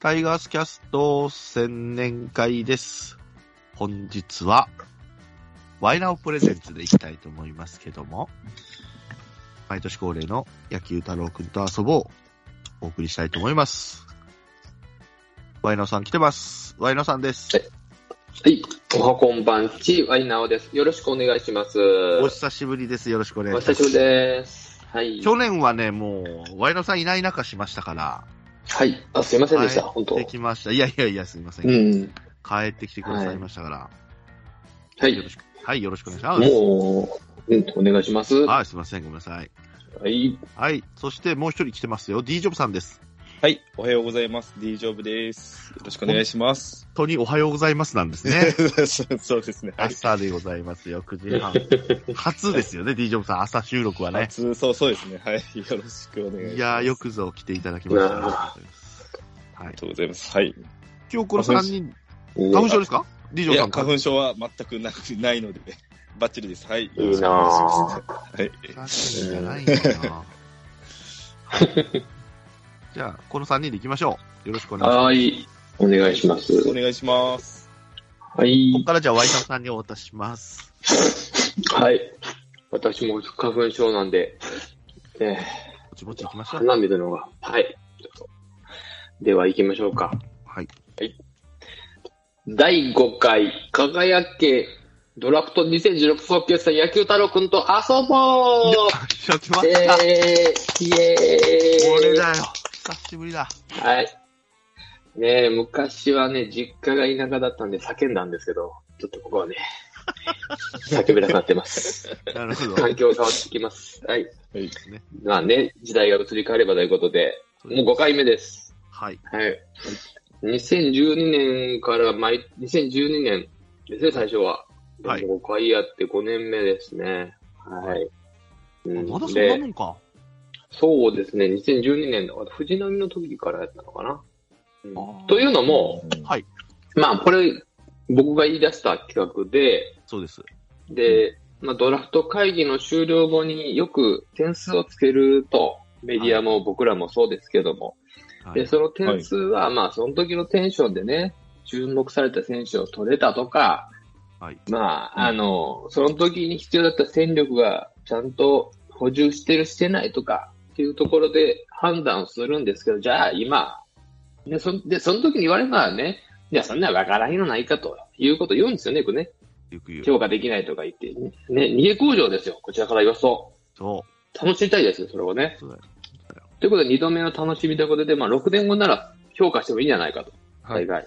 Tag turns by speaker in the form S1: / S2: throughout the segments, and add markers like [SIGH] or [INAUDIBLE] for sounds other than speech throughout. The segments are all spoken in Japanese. S1: タイガースキャスト千年会です。本日は、ワイナオプレゼンツでいきたいと思いますけども、毎年恒例の野球太郎くんと遊ぼう、お送りしたいと思います。ワイナオさん来てます。ワイナオさんです。
S2: はい。おはこんばんち、ワイナオです。よろしくお願いします。
S1: お
S2: お
S1: 久しぶりです。よろしくお願いします。
S2: 久しぶりです。はい。
S1: 去年はね、もう、ワイナオさんいない中しましたから、
S2: はい。あ、すいませんでした。
S1: はい
S2: 本当。
S1: できました。いやいやいや、すみません。
S2: うん。
S1: 帰ってきてくださいましたから、
S2: は
S1: よろ
S2: い。
S1: しく、はい、よろしくお願いします。
S2: もう、うん、お願いします。は
S1: はい、すみません、ごめんなさい。
S2: い。
S1: はい。そしてもう一人来てますよ。D ジョブさんです。
S3: はい、おはようございます。D ジョブです。よろしくお願い
S1: [LAUGHS]
S3: します。
S1: 本当におはようございますなんですね。
S3: そうそうですね。 [LAUGHS] はい
S1: 朝でございますよ。9時半。初ですよね、D ジョブさん。朝収録はね。
S3: 初そうそうですね。はい、よろしくお願いします。
S1: いやー、よくぞ来ていただきました。ありがとうございますは
S3: あり
S1: い
S3: が。とうございます。はい。
S1: 今日この3人、
S2: い
S1: 花
S2: いな
S1: 粉症ですか ?D ジョブ
S3: い
S1: さ
S3: や、
S1: ん
S3: 花粉症は全くなくないので、バッチリです。はい。
S2: いいな
S3: は
S2: ぁ。
S3: い。
S1: 花粉症じゃないんだな。 [LAUGHS] はいじゃあ、この3人で行きましょう。よろしくお願いします。
S2: はい。お願いします。
S3: お願いします。
S2: は
S1: ここ
S2: い。
S1: からじゃあ、ワイさんさんにお渡しします。
S2: はい。私も花粉症なんで、ね、
S1: ぼちぼち行きましょう。
S2: 花見るのが。はい。ちょっとでは行きましょうか。
S1: はい。 [LAUGHS]
S2: 第5回、輝け、ドラフト2016総決戦野球太郎くんと遊ぼう
S1: やってま
S2: え
S1: した。こ
S2: ー、イエーイ
S1: れだよ。久しぶりだ。
S2: はい。ねえ、昔はね、実家が田舎だったんで叫んだんですけど、ちょっとここはね、叫べなくなってます。
S1: なるほど。
S2: 環境が変わってきます。はい。
S3: はい。
S2: まあね、時代が移り変わればということで、もう5回目です。
S1: はい。
S2: はい。2012年から毎、2012年ですね、最初は。
S1: はい
S2: 5回やって5年目ですね。はい。う
S1: まだそんな
S2: で
S1: もんか。
S2: そうですね、2012年の、藤波の時からやったのかな。うん
S1: あー
S2: というのも、
S3: う
S2: まあ、これ、僕が言い出した企画で、
S1: そうです。
S2: で、まあ、ドラフト会議の終了後によく点数をつけると、メディアも僕らもそうですけども、
S1: はい
S2: で、その点数は、まあ、その時のテンションでね、注目された選手を取れたとか、
S1: はい
S2: まあ、あの、その時に必要だった戦力がちゃんと補充してる、してないとかっていうところで判断をするんですけど、じゃあ今、で、そでその時に言われるのはね、いや、そんなわからんのないかということを言うんですよね、よくね。
S1: よく言う。
S2: 評価できないとか言って。ね、逃げ工場ですよ、こちらから予想。
S1: そ
S2: 楽しみたいですよ、それをね。
S1: う。そうだよ。
S2: ということで、2度目の楽しみということで、まあ、6年後なら評価してもいいんじゃないかと。
S1: はい
S2: 大。概。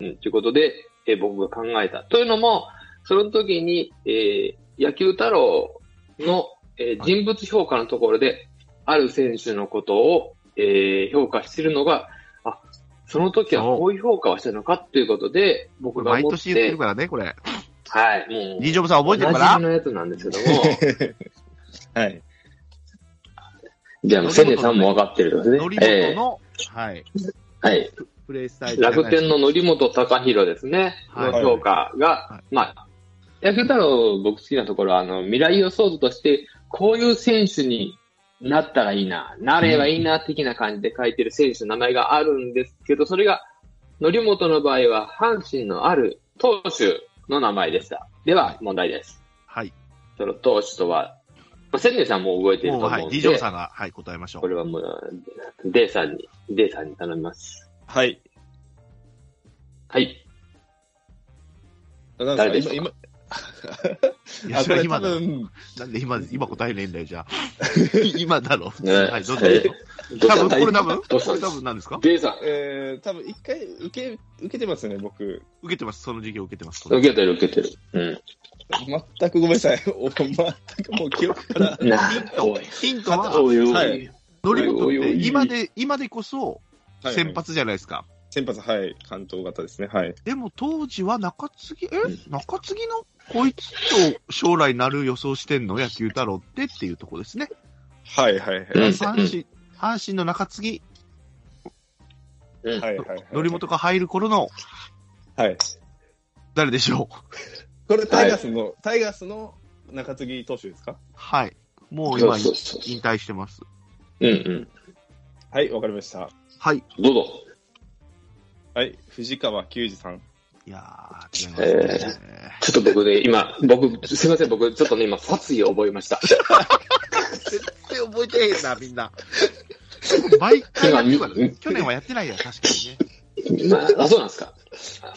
S2: うん、ということで、えー僕が考えた。というのも、その時に、えー野球太郎の、えー
S1: はい
S2: 人物評価のところで、ある選手のことを、えー評価してるのが、あ、その時は
S1: そう
S2: こういう評価をしてるのかっていうことで、
S1: こ
S2: 僕
S1: れ
S2: が
S1: 毎
S2: 思っ
S1: 年言って
S2: て
S1: る、からね、これ。
S2: はい、もう、
S1: D ジョブさん覚えてるか
S2: おなじみ
S1: な
S2: のやつなんですけ
S1: [LAUGHS]
S2: ども、
S3: んはい。
S2: じゃあもう、千年さんも分かってるんですね。
S1: ノリ
S2: え
S1: 元の、はい。
S2: えはい。
S1: プレイスタイル。
S2: 楽天の則本隆弘ですね、
S1: はい
S2: の評価が、
S1: は
S2: まあ、野球太郎僕好きなところは、あの、未来予想図として、こういう選手になったらいいな、なればいいな、的な感じで書いてる選手の名前があるんですけど、それが、則本の場合は、阪神のある投手の名前でした。では、問題です。
S1: はい。
S2: その投手とは、まあ、千年さんも覚えている
S1: もう、
S2: と思う
S1: は
S2: ん
S1: い。
S2: で、
S1: D ジョブさんが、はい、答えましょ
S2: こ
S1: う。
S2: れはもう、デイさんに、デイさんに頼みます。
S3: はい。
S2: はい。
S3: なん
S2: 誰で
S3: か
S2: しょう
S3: 今、
S1: い
S3: 今、
S1: や、
S3: あ、
S1: そ
S3: こ
S1: れ
S3: れ
S1: 今
S3: 多
S1: だろ。
S3: 分、
S1: なんで今、今答えねえんだよ、
S2: [LAUGHS]
S1: じゃあ。今だろ。
S2: ね
S1: はい、どうぞどうぞ。
S2: [LAUGHS] どう
S1: 多
S2: した
S1: 分、これ多分、
S2: どうした
S1: これ多分何ですか
S2: デイさん、
S3: えー、多分一回受け、受けてますよね、僕。
S1: 受けてます。その授業受けてます。
S2: 受けてる受けてる。
S3: 全くごめんなさい。 [LAUGHS] お全くもう記憶から。
S2: うん。な、おい。
S1: ヒントは、
S2: おいおい。
S3: はい
S1: ノリ元っ
S2: おいおいお
S1: て
S2: い
S1: 今で、今でこそ
S3: はい
S1: 先。発じゃないですか。
S3: 先発、はい。関東型ですね。はい。
S1: でも当時は中継ぎ、え
S2: うん
S1: 中継ぎのこいつと将来なる予想してんの野球太郎ってっていうとこですね。
S3: はいはいはい。
S2: うん
S1: 阪神、阪神の中継ぎ、
S2: うん
S3: はいはいはい。
S1: 則本が入る頃の
S3: はい。
S1: 誰でしょう。
S3: これタイガースの、タイガースの中継ぎ投手ですか
S1: はい。もう
S2: そ
S1: 今
S2: うそうそう。
S1: 引退してます。
S2: うん
S3: はい、わかりました。
S1: はい。
S2: うん。どうぞ。
S3: はい、藤川球児さん。
S1: いやー、違いますね。
S2: ちょっと僕ね、今、僕、すいません、僕、ちょっとね、今、殺意を覚えました。
S1: 絶対覚えてへんな、みんな。毎回やってるからね去年はやってないや、確かにね。
S2: まあ、あ、そうなんですか。あ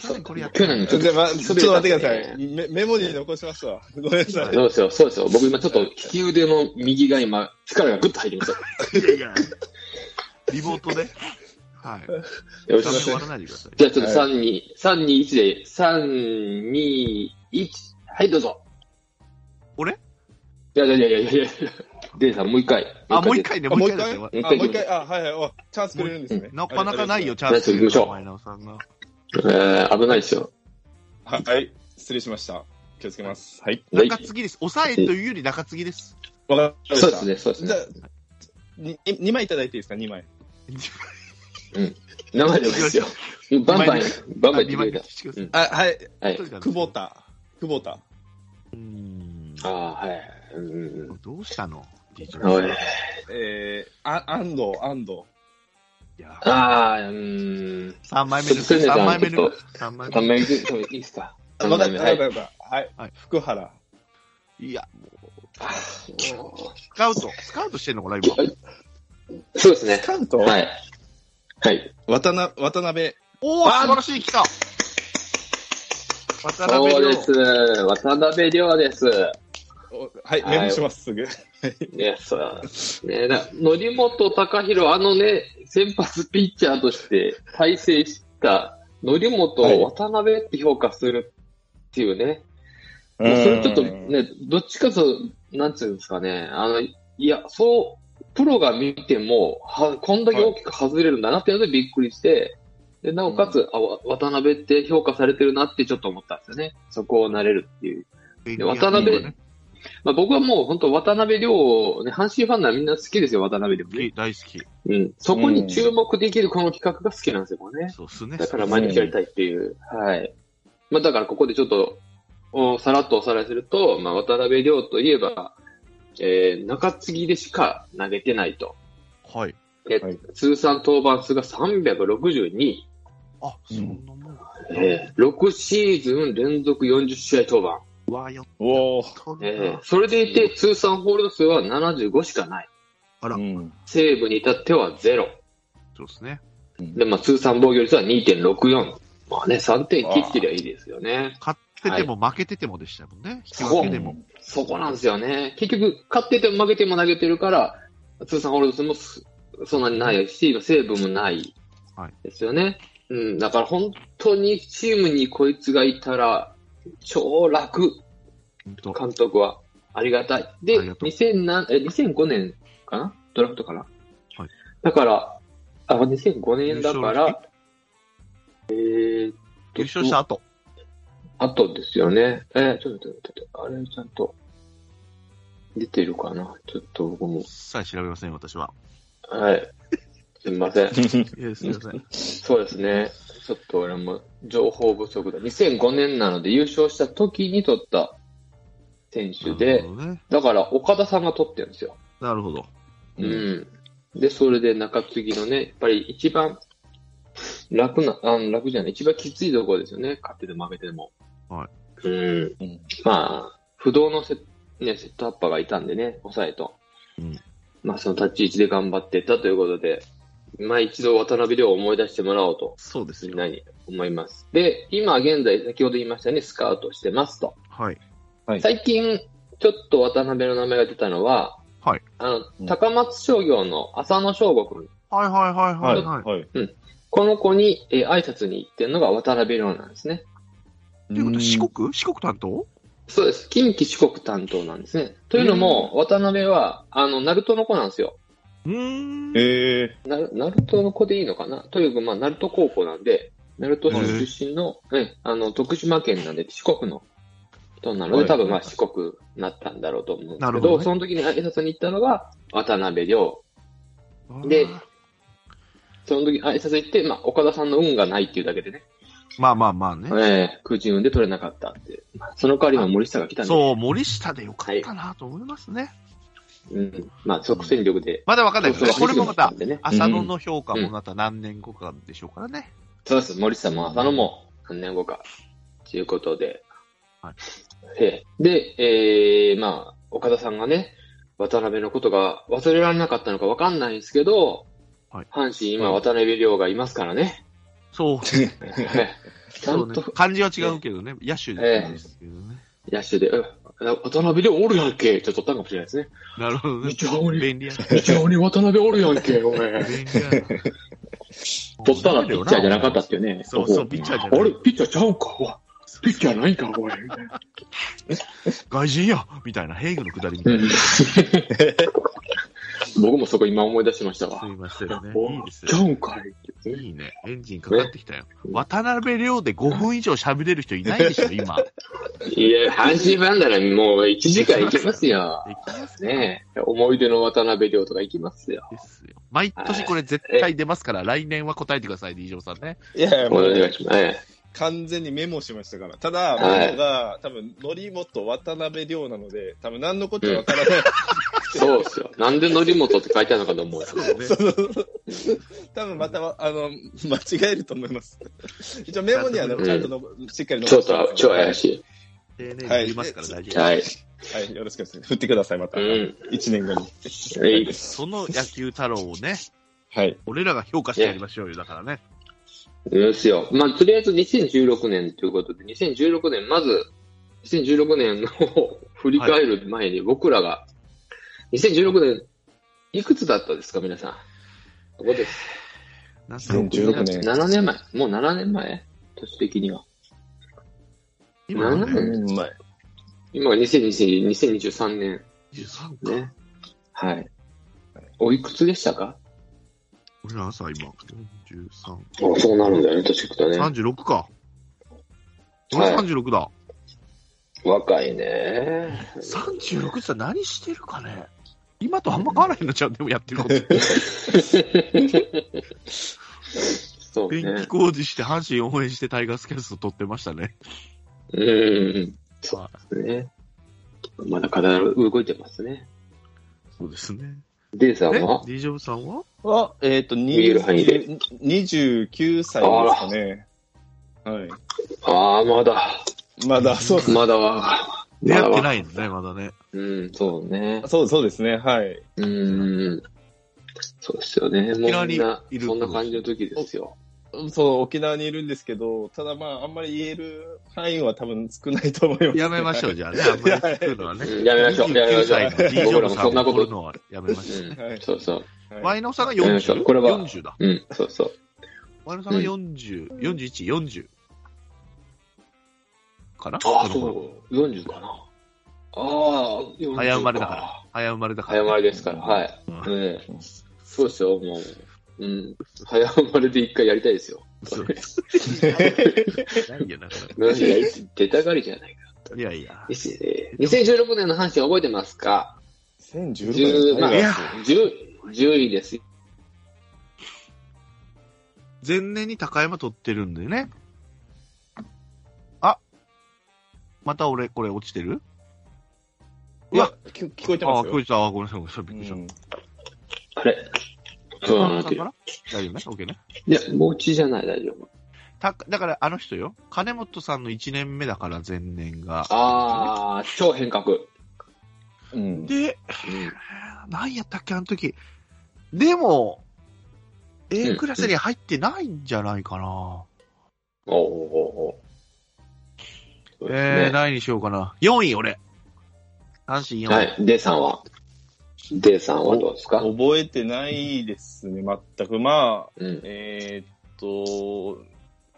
S1: 去
S2: そう
S1: 年これやって
S2: 去
S1: ない
S2: 年
S3: ちょっと、ま、ちょっと待ってくださ
S2: それ
S3: い。メメモに残しますわ。ごめんなさい。
S2: そうですよ、そうですよ。僕今ちょっと利き腕の右が今、力がぐっと入りまし
S1: いやいや。リモートで。はい。
S2: た。よ
S1: 画面
S2: し
S1: 終。わらないでください。
S2: じゃあちょっと3、2、3、2、1で、3、2、1。はい、どうぞ。
S1: 俺
S2: いやいやいやいやいやデイさん、もう一回。
S1: あ、もう一。回ね、
S3: あ
S1: も
S3: も
S1: う
S3: う
S1: 一
S3: 一回
S1: 回
S3: あ、も
S1: だ
S2: 一回
S3: う一回、あ、はいはいお、チャンスくれるんですね。
S1: なかなかないよ、チャ
S2: ナ
S1: ン
S2: イス
S1: ス。
S2: 行きましょう
S1: 前野さんが。
S2: えー、危ないですよ。
S3: はい。はい、失礼しました。気をつけます。はい。
S2: はい。
S1: 中継ぎです。抑えというより中継ぎです。
S3: わかりました。
S2: そうですね、そうです
S3: じ
S2: ね
S3: ゃ。あ、に2枚いただいていいですか、2枚。
S2: 生でもいいですよ。バンバン、バンバ
S1: 二
S2: ン言っ
S1: 枚
S2: て
S1: 抜
S2: く
S1: きしてくだ
S2: う
S1: さ
S2: ん
S1: い。
S3: あ、はい。
S2: れた。はい。
S3: 久保。田。久保田。
S1: うーん。
S2: ああー、はい。うん
S1: どうしたの ?DJ
S2: うん。おい。
S3: えー、あ安藤、安藤。
S1: いや
S2: ああ、うーん。
S1: 3枚目抜く。
S2: ちょっと
S1: 3枚目
S2: ちょ
S1: 抜
S2: っ
S1: く。3枚
S2: 3
S1: 目。
S2: 枚目、いいですか。
S3: あわかった、
S2: は
S3: わ
S2: い
S3: か。った、わかった。はい。
S1: はい
S3: 福原。
S1: いや、も
S2: あ
S1: う、スカウト。スカウトしてんのかな、今。
S2: はいそうですね。
S3: 関東、
S2: はい。はい。
S3: 渡辺、渡辺。
S1: おー、
S2: あ
S1: 素晴らしい、来た渡辺
S2: そう
S1: 亮
S2: で。す。渡辺亮です。
S3: おはい、
S2: はい
S3: メモします、すぐ。
S2: ね、そう。ね、な、則本隆弘、あのね、先発ピッチャーとして大成した則
S3: は
S2: 本
S3: い
S2: を渡辺って評価するっていうね。もうそれちょっと
S3: うん
S2: ね、どっちかと、なんていうんですかね、あの、いや、そう、プロが見ても、は、こんだけ大きく外れるんだなっていうのでびっくりして、で、なおかつ、あ、わ渡辺って評価されてるなってちょっと思ったんですよね。そこをなれるっていう。で渡辺
S1: ね
S2: まあ僕はもう本当渡辺亮を、ね、阪神ファンならみんな好きですよ、渡辺でもね。
S1: 大好き。
S2: うん。そこに注目できるこの企画が好きなんですよ、これね。
S1: そうっすね。
S2: だから毎日やりたいっていう。はい。まあだからここでちょっと、おさらっとおさらいすると、まあ渡辺亮といえば、えー、中継ぎでしか投げてないと。
S1: はい。
S2: え
S3: はい
S2: 通算登板数が362。
S1: あ、そんなもん。
S2: えー、6シーズン連続40試合登板。
S1: うわ、やっ
S3: おお。
S1: たな
S2: えー、それでいて通算ホールド数は75しかない。
S1: あ
S3: うん
S2: 西武に至ってはゼロ。
S1: そうですね。
S2: で、まあ通算防御率は2.64。まあね、3点切ってりゃいいですよね。
S1: 勝ってても負けててもでしたもんね。引き
S2: そう
S1: 分けでも。
S2: そこなんですよね。結局、勝ってても負けても投げてるから、通算ホールド数もすそんなにないし、セーブもない
S1: はい
S2: ですよね。うん、だから本当にチームにこいつがいたら、超楽、
S1: ほんと
S2: 監督は。ありがたい。
S1: あ
S2: で、
S1: りがとう
S2: 2000なえ2005年かなドラフトかな、
S1: はい
S2: だから、あ、2005年だか
S1: 優勝
S2: ら、えーっと
S1: 優勝した後。
S2: あとですよね。えー、ちょっと待って、ちょっと待ってあれ、ちゃんと、出てるかなちょっと僕も。
S1: さえ調べません、私は。
S2: はい。すみません。
S1: いや、すいません。
S2: そうですね。ちょっと俺も情報不足だ。2005年なので優勝した時に取った選手
S1: なる
S2: で、
S1: ほどね。
S2: だから岡田さんが取ってるんですよ。
S1: なるほど。
S2: う
S3: うん
S2: ん。で、それで中継ぎのね、やっぱり一番楽な、あ楽じゃない、一番きついところですよね。勝ってても負けても。。
S1: はい
S2: うん。
S3: うん
S2: まあ、不動のセ,、ね、セットアッパーがいたんでね、抑えと。
S1: うん
S2: まあ、その立ち位置で頑張ってたということで、まあ一度渡辺亮を思い出してもらおうと、
S1: そうです
S2: みん
S1: よ。
S2: なに思います。で、今現在、先ほど言いましたね、スカウトしてますと。
S1: はい。
S2: 最近、ちょっと渡辺の名前が出たのは、
S1: はい。
S2: あ
S3: う
S2: の、
S3: ん
S2: 高松商業の浅野翔吾君。
S1: はいはいはい
S3: は、
S1: はいいはい。
S3: はい。
S2: この子に、えー挨拶に行ってるのが渡辺亮なんですね。
S1: ということは、四国四国担当
S2: そうです。近畿四国担当なんですね。というのも、渡辺は、あの、ナルトの子なんですよ。
S1: うーん。
S3: ええ
S2: ナルナルトの子でいいのかなというか、まあ、ナルト高校なんで、ナルト市出身の、ね、あの、徳島県なんで、四国の人なの
S3: は
S2: で、
S3: い
S2: 多分、まあ、四国になったんだろうと思うんですけ
S1: な
S2: ど、
S1: るほどね
S2: その時に挨拶に行ったのが渡辺亮でその時挨拶行って、まあ、岡田さんの運がないっていうだけでね、
S1: まあまあまあね。
S2: ええ空中運で取れなかったっていう、まあ、その代わりは森下が来たんで、
S1: そう、森下でよかったなと思いますね。
S2: うん、まあ、即戦力で、
S1: まだわかんないけどね、
S2: そう
S1: こ
S2: そう
S1: れもまた
S2: 走、ってましたんでね
S1: 浅野の評価もまた何年後かでしょうからね。
S2: そうです。森下正野も何年後か。ということで。
S1: はい
S2: ええで、えー、まあ、岡田さんがね、渡辺のことが忘れられなかったのかわかんないんですけど、
S1: はい
S2: 阪神今
S3: はい
S2: 渡辺亮がいますからね。
S1: そう。
S2: [LAUGHS] ちゃ
S1: そうんね
S2: と、
S1: 漢字は違うけどね。野手ですけどね。
S2: 野手で、うん渡辺亮おるやんけって取ったんかもしれないですね。
S1: なるほどね
S2: 非。常に、
S1: 便利や。
S2: 非常に渡辺おるやんけ、お
S1: 便利
S2: 前。
S1: や。
S2: [LAUGHS] 取ったらピッチャーじゃなかったっていうね。
S1: そうそうピッチャーじゃな
S2: ないい。あれ、ピッチャーちゃうんか、おいピッチャーないんか、おい。みたいな
S1: 外人やみたいな、ヘイグのくだりみたいな。
S2: 僕もそこ今思い出しました
S1: す
S2: わ。
S1: いませんね。
S2: お
S1: いい
S2: い
S1: です
S2: ちゃ
S1: よ。
S2: うんかいってね。
S1: いいね。エンジンかかってきたよ。渡辺亮で5分以上喋れる人いないでしょ、今。
S2: いや、阪神ファンならもう1時間いけますよ。
S1: できますね。
S2: ねえ、思い出の渡辺亮とかいきますよ。
S1: ですよ。毎年これ絶対出ますから、来年は答えてくださいね、飯島さんね。
S3: いやいや、
S2: お
S3: もう、
S2: 願いします。え
S3: 完全にメモしましたから。ただ、
S2: はい
S3: メモが、多分、則本渡辺亮なので、多分、何のことわからない。
S2: [LAUGHS] えそうっすよ。なんで則本って書いてあるのかと思うよ。
S1: そうね。
S3: 多分、また、あの、間違えると思います。 [LAUGHS] 一応、メモにはね、
S2: うん
S3: ちゃんとの、しっかり
S2: ちょ
S3: 残
S2: っ
S3: してま
S2: と
S3: す、
S2: 超
S3: はい
S2: 怪し
S1: 丁寧に
S3: はい
S1: 言いますから大
S2: い。
S1: 丈夫。
S2: はい。
S3: はい、よろしくお願いします。振ってください、また。
S2: う
S3: 1
S2: ん。
S3: 年後に。
S2: えい
S1: その野球太郎をね、
S3: はい。
S1: 俺らが評価してやりましょうよ、だからね。
S2: ですよ。まあ、とりあえず2016年ということで、2016年、まず、2016年の [LAUGHS] 振り返る前に僕らが、2016年、いくつだったですか、皆さん。ここです。
S1: なんか
S3: 2016年
S2: 7年前。もう7年前年的には。
S1: 今なんだよ
S2: う
S3: うん、うまい。
S2: 今が2020 2023年。
S1: 13か。
S2: ね。はい。おいくつでしたか
S1: 俺ら朝今、13。
S2: あそうなるんだよね、年いくとね
S1: 36か。俺
S2: は
S1: 36だ。
S2: 若いね。
S1: 36ってさ何してるかね今とあんま変わらへんのちゃうでもやってる
S2: [LAUGHS]
S1: こと。
S2: そう
S1: 電
S2: ね
S1: 気。工事して阪神応援してタイガースキャスト撮ってました
S2: [LAUGHS]
S1: ね。
S2: うん。
S1: まあ
S2: ね。まだ体動いてますね。
S1: そうですね。
S2: デイさん
S1: え、デ
S2: は
S1: ィジョブさんは
S3: は、えっ、と、
S2: える範囲で
S3: 20 29歳ですかね。はい。
S2: ああ、まだ。
S3: まだ、そうです。
S2: まだは。
S1: 出会って
S2: い。
S1: ないんだね、まだね。
S2: うん、そうね。
S3: そうそうですね、はい。
S2: うん。そうですよね。もうみ
S1: 沖
S2: ん
S1: 縄
S2: な
S1: にい、る
S2: そんな感じの時ですよ。
S3: そう、沖縄にいるんですけど、ただまあ、あんまり言える範囲は多分少ないと思います。
S1: やめましょう、じゃあ
S2: [LAUGHS]
S1: ね。あんまり聞くのはね。
S2: うんやめましょう。やめま
S1: 29
S2: しょ
S1: 歳のディジ
S2: う。
S1: ョブ
S2: 僕らも
S1: さ
S2: そ
S1: ん
S2: んな
S1: を
S2: こ
S1: 撮
S2: と
S1: る。のはやめましょうね。
S2: うん、そうそう。
S3: はい
S1: ワイナオさんが
S2: やめましょ
S1: 40?
S2: うこれは
S1: 40だ。
S2: うん、そうそう。
S1: ワイナオさんが40、41、40。かな
S2: ああ、
S1: この頃
S2: そう。40かな。ああ、40
S1: 早生まれだから。早生まれだから。
S2: 早生まれですから、はい。
S1: う
S2: ねえそうですよ、もう。うん。早生まれで一回やりたいですよ。
S1: そう
S2: [LAUGHS]
S1: ないよ、だか
S2: 何やり出たがりじゃないか。
S1: ら。いやいや。 [LAUGHS]
S2: ですえー2016年の阪神覚えてますか
S3: 2016
S2: まあ
S1: いや
S3: 年。、
S2: 10, 10位です。
S1: 前年に高山取ってるんでね。あまた俺、これ落ちてる
S3: いや、聞聞こえて
S1: あ
S3: ま
S1: あ、
S3: す
S1: こ
S3: よ。
S1: いつ、ああ、ごめんなさい、ごめんなさい、びっくりし
S3: うん
S2: あれ
S1: た。
S2: そう
S1: 高
S2: な
S1: 山
S2: ん
S1: さ
S2: て
S1: ん
S2: い
S1: か
S2: う。
S1: な大丈夫ね ?OK ね。
S2: いや、もうちじゃない、大丈夫。
S1: た、だからあの人よ。金本さんの1年目だから、前年が。
S2: ああ、超変革。
S3: うん。
S1: で、何やったっけ、あの時。でも、A クラスに入ってないんじゃないかな。
S2: おおおお。
S1: えー、
S2: ね、
S1: 何にしようかな。4位、俺。阪神4位。
S2: はい、デイさんは。デイさんはどうですか
S3: 覚えてないですね、全く。まあ、
S2: うん。
S3: えーっと、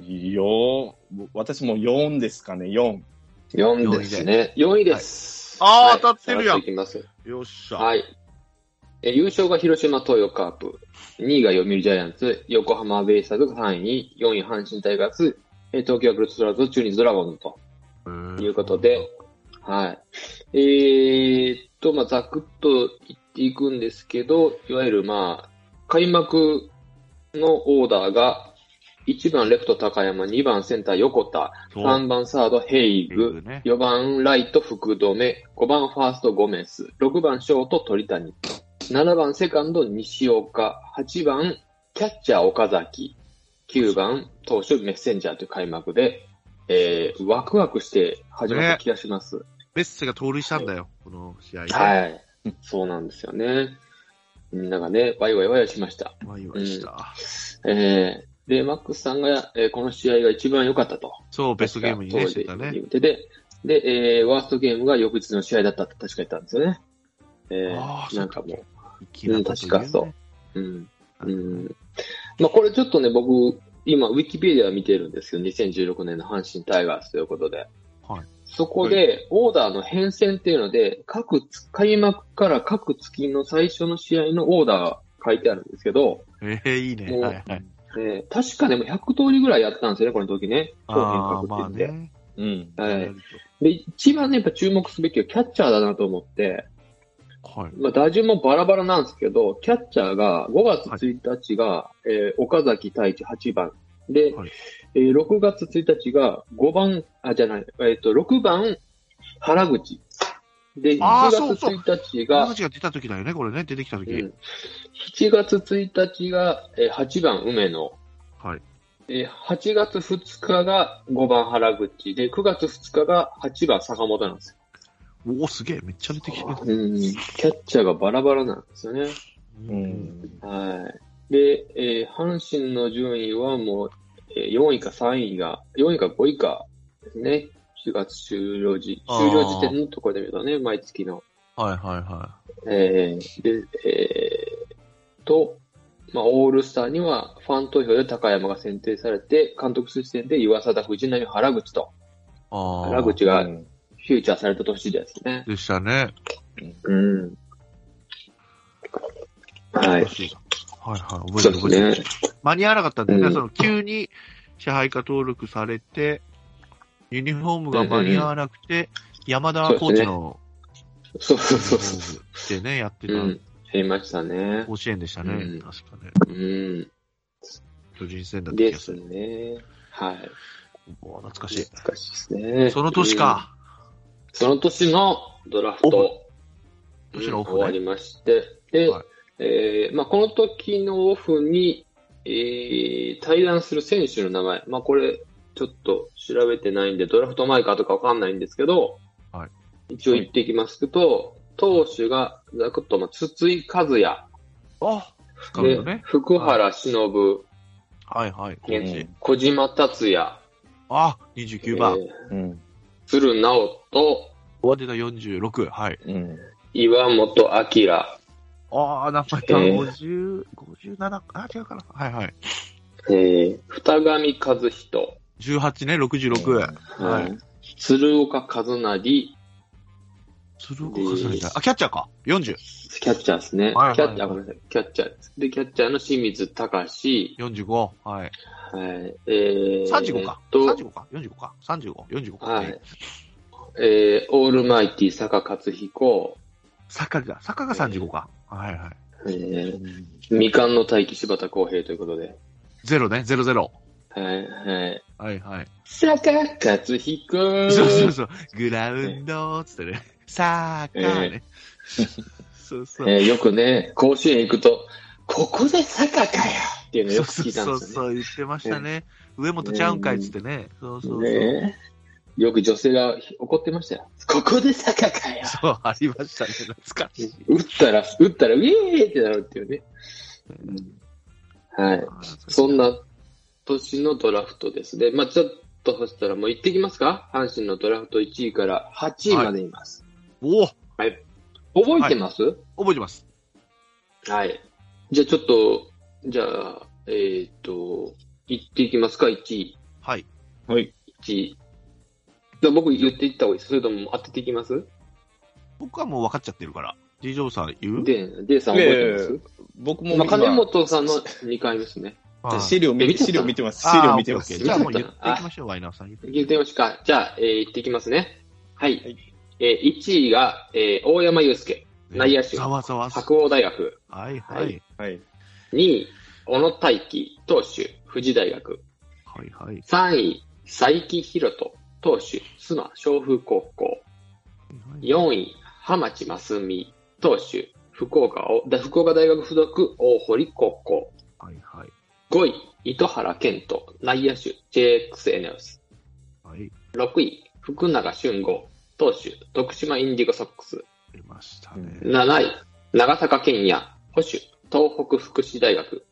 S3: 4、私も4ですかね、4。
S2: 4ですね。4位で
S1: は
S2: す。
S1: いあー
S2: はい
S1: 当たってるやん
S2: さらっといきます。
S1: よっしゃ。
S2: はい。え優勝が広島東洋カープ、2位が読売ジャイアンツ、横浜ベイスターズが3位、4位阪神タイガース、えー東京ヤクルトスワローズ、中日ドラゴンズと
S1: と
S2: いうことで、、はい。えー、っと、まあ、ざくっと言っていくんですけど、いわゆるまあ、開幕のオーダーが、1番レフト高山、2番センター横田、3番サードヘ
S1: リ
S2: イグ、
S1: ね。
S2: 4番ライト福留、5番ファーストゴメス、6番ショート鳥谷、7番セカンド西岡、8番キャッチャー岡崎、 9番、投手メッセンジャーという開幕で、えー、ワクワクして始まった気がします。
S1: メッセが盗塁したんだよ、この試合。
S2: はい。そうなんですよね。みんながね、ワイワイワイワイしました。
S1: ワイワイした。
S2: えー、で、マックスさんが、えーこの試合が一番良かったと。
S1: そう、ベストゲームにね、
S2: 確
S1: し
S2: か
S1: てたね。
S2: 当時で、で、でえー、ワーストゲームが翌日の試合だったって確か言ったんですよね。え
S1: あー
S2: ー、なんかも
S1: 粋なこと言うね
S2: うん確かそう。う、うん。うん。まあ、これちょっとね、僕、今、ウィキペディア見てるんですけど、2016年の阪神タイガースということで。
S1: はい
S2: そこで、オーダーの変遷っていうので、各つ、開幕から各月の最初の試合のオーダーが書いてあるんですけど、
S1: ええいいね。
S2: もう
S1: はいはい。
S2: えー確かでも100通りぐらいやったんですよね、この時ね。
S1: ああ、
S2: 商
S1: まあ
S2: 品書くって
S1: ね。
S3: うん。
S2: 言って。はい。
S1: やる
S2: で、一番ね、やっぱ注目すべきはキャッチャーだなと思って、
S1: とはい。
S2: まあ、打順もバラバラなんですけど、キャッチャーが5月1日が、えー岡崎太一8番。で、
S1: はい
S2: えー6月1日が5番、あ、じゃない、えっ、と、6番、原口。で、
S1: あー
S2: 7
S1: そう
S2: 月
S1: そう
S2: 1日
S1: 僕
S2: が
S1: た、ちが出た時だよね、これね。出てきた時。
S2: うん7月1日が、えー8番、梅野。
S1: はい。
S2: えー8月2日が5番、原口。で、9月2日が8番、坂本なんですよ
S1: おお、すげえ。めっちゃ出てきてる。
S2: うん、キャッチャーがバラバラなんですよね。
S1: う。
S3: うんん。
S2: はい。で、えー阪神の順位はもう、えー4位か3位が、4位か5位かですね。4月終了時、
S1: あー
S2: 終了時点のところで見るとね、毎月の。
S1: はいはいは
S2: えーで、えーと、まあ、オールスターにはファン投票で高山が選定されて、監督推薦で岩貞、藤浪、原口と、
S1: い。ああ。
S2: 原口
S3: う
S2: が
S3: ん
S2: フューチャーされた年ですね。
S1: でしたね。
S2: うん。はい。
S1: はいはい。覚
S2: そ
S1: え
S2: う
S1: て
S2: で
S1: る
S2: す
S1: 覚えてる
S2: ね。
S1: 間に合わなかったんだよね。
S2: うん
S1: その急に支配下登録されて、ユニフォームが間に合わなくて、山田コーチの
S2: そう
S1: ユ
S2: そう
S1: ニフ
S2: そう
S1: ォ
S2: そ
S1: ームでね、やって
S2: う。うん
S1: た。
S2: 減りましたね。
S1: 甲子園でしたね。
S2: うん
S1: 確かね。
S2: うん。
S1: 巨人戦だった気
S2: で
S1: がす
S2: す
S1: る。
S2: ね。はい。
S1: おー懐かしい。
S2: 難しいですね。
S1: その年
S2: うん。
S1: か。
S2: その年のドラフト。
S1: オフ年のオフね
S2: うん終わりまして。で、
S1: はい
S2: えーまあ、この時のオフに、えー、対談する選手の名前。まあ、これ、ちょっと調べてないんで、ドラフト前かとかわかんないんですけど、
S1: はい
S2: 一応言っていきますと、投手が、ざくっと、まあ、筒井和也。
S1: あなる
S2: で
S1: ほどね。
S2: 福原忍、
S1: はいはい。コ
S2: 現
S1: ーチ
S2: 地。小島達也、
S1: あ、29番。
S2: えー
S3: うん。
S2: 鶴直人、
S1: 終わってた46。はい。
S3: うん。
S2: 岩本明、
S1: ああ、名前
S2: え
S1: が
S2: ー
S1: 50、57あ、違うかな。はいはい。
S2: えー、二上和人、
S1: 18ね、66。はい
S2: うん鶴岡和成、
S1: 鶴岡重ねた。あ、キャッチャーか。40。
S2: キャッチャーですね。
S1: はいはい
S2: キャッチャー、ごめんなさい。キャッチャーです。で、キャッチャーの清水隆、
S1: 45。はい。
S2: はい、えー、
S1: 35か。
S2: えーっと
S1: 35か。45か。35。45か。
S2: はい。えー、オールマイティ坂勝彦、
S1: 坂が、坂が35か。はいはい。
S2: えー、未完の大器柴田公平ということで、
S1: ゼロね、ゼロゼロ。
S2: はい、はい。
S1: はいはい。
S2: 坂勝彦
S1: そうそうそう。グラウンド、つってね。坂ね。 [LAUGHS] そうそう。
S2: えーよくね、甲子園行くと、ここで坂かよっていうの
S1: そ
S2: よ
S1: う
S2: く
S1: そ
S2: 聞
S1: う
S2: いたん
S1: そ
S2: で
S1: う
S2: す
S1: そ
S2: よ
S1: う、言ってましたね。上本ちゃうんかいっつってね。そうそうそう。
S2: ね。ねえよく女性が怒ってましたよ。ここで坂かよ
S1: そう、ありましたね。懐かしい。
S2: 打ったら、打ったら、ウェーイってなるっていうね。はい。そんな年のドラフトですね。まあちょっとそしたらもう行ってきますか阪神のドラフト1位から8位までいます。
S1: おお
S2: 覚えてますはい、
S1: 覚えてます。
S2: じゃあちょっと、じゃあ、えっ、と、行っていきますか ?1 位。
S1: はい。
S3: はい。
S2: 1位。じゃあ僕言っていった方がいいですそれとも当てていきます
S1: 僕はもう分かっちゃってるから。D ジョーさん言う
S2: で、デイさん覚えてます、
S3: 僕も
S2: まあ、金
S3: 今、
S2: 本さんの2回目ですね。
S1: はい
S3: 資料
S2: え見
S3: 見
S2: てた
S3: 資料見てます。
S1: あー
S3: 資料見てま
S1: オ
S3: す
S1: ッケーオッケー。じゃあもう
S2: 見
S1: 言
S2: て
S1: ったていきましょう、ワイナーさん。
S2: 言ってみますか。じゃあ、えー行ってきますね。はい。
S3: はい
S2: えー1位が、えー大山祐介、内野手
S1: ざわざわ。
S2: 白鴎大学。
S1: はいは
S2: はいい。
S3: はい。
S2: 2位、小野大輝、投手、富士大学。
S1: はいはい。
S2: 3位、佐伯博人、投手、須磨昌風高校。4位、浜地真澄、投手、福岡を、だ福岡大学附属大堀高校。
S1: はいはい。
S2: 5位、糸原健人、内野手、JX エネオス。
S1: はい。
S2: 6位、福永俊吾、投手、徳島インディゴソックス。
S1: 出ましたね。
S3: う
S2: 7位、長坂健也、保守、東北福祉大学。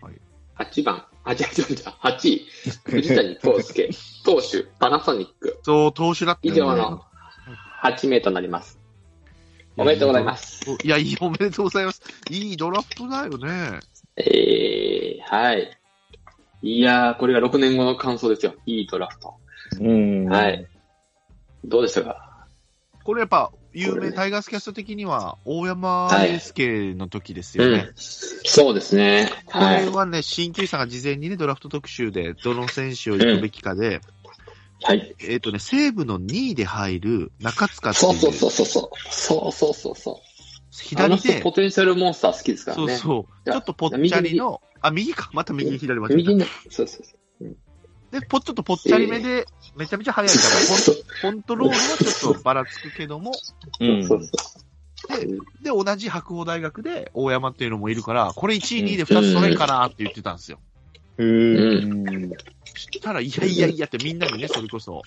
S1: はい
S2: 8番、あ、違う違う違う、8位、藤谷
S1: [LAUGHS]
S2: 康介、投手、パナソニック。
S1: そう、投手だった
S2: 以上の8名となります。おめでとうございます。
S1: いや、いい、おめでとうございます。いいドラフトだよね。
S2: えー、はい。いやー、これが6年後の感想ですよ。いいドラフト。
S3: うん。
S2: はい。どうでしたか
S1: これやっぱ、有
S2: これ
S1: 名
S2: ね
S1: タイガースキャスト的には、大山
S2: はい
S1: 英介の時です
S2: う
S1: よね。
S2: ん。そうですね。
S1: こ
S2: は
S1: れ
S2: い。
S1: はね、新球さんが事前にね、ドラフト特集で、どの選手を行くべきかで、
S2: はい。
S1: えっ、とね、西武の2位で入る中塚ってい
S2: そう
S1: う、
S2: そうそうそう。そうそうそうそう。あ
S1: 左
S2: の人
S1: で、
S2: ポテンシャルモンスター好きですから
S1: そう
S2: ね。
S1: そう、
S2: い
S1: ちょ
S2: や
S1: っとぽっちゃりの、あ、右か、また右左間違え
S2: 右の、そうそうそ
S1: た。で、ぽっちょっとぽっちゃりめで、めちゃめちゃ速いから、コンコントロールはちょっとばらつくけども、
S3: うん。
S2: う。そうそう
S1: で、同じ白鵬大学で大山っていうのもいるから、これ1位、2位で2つ取れんかなって言ってたんですよ。
S3: うん。
S1: したら、いやいやいやってみんなでね、それこそ、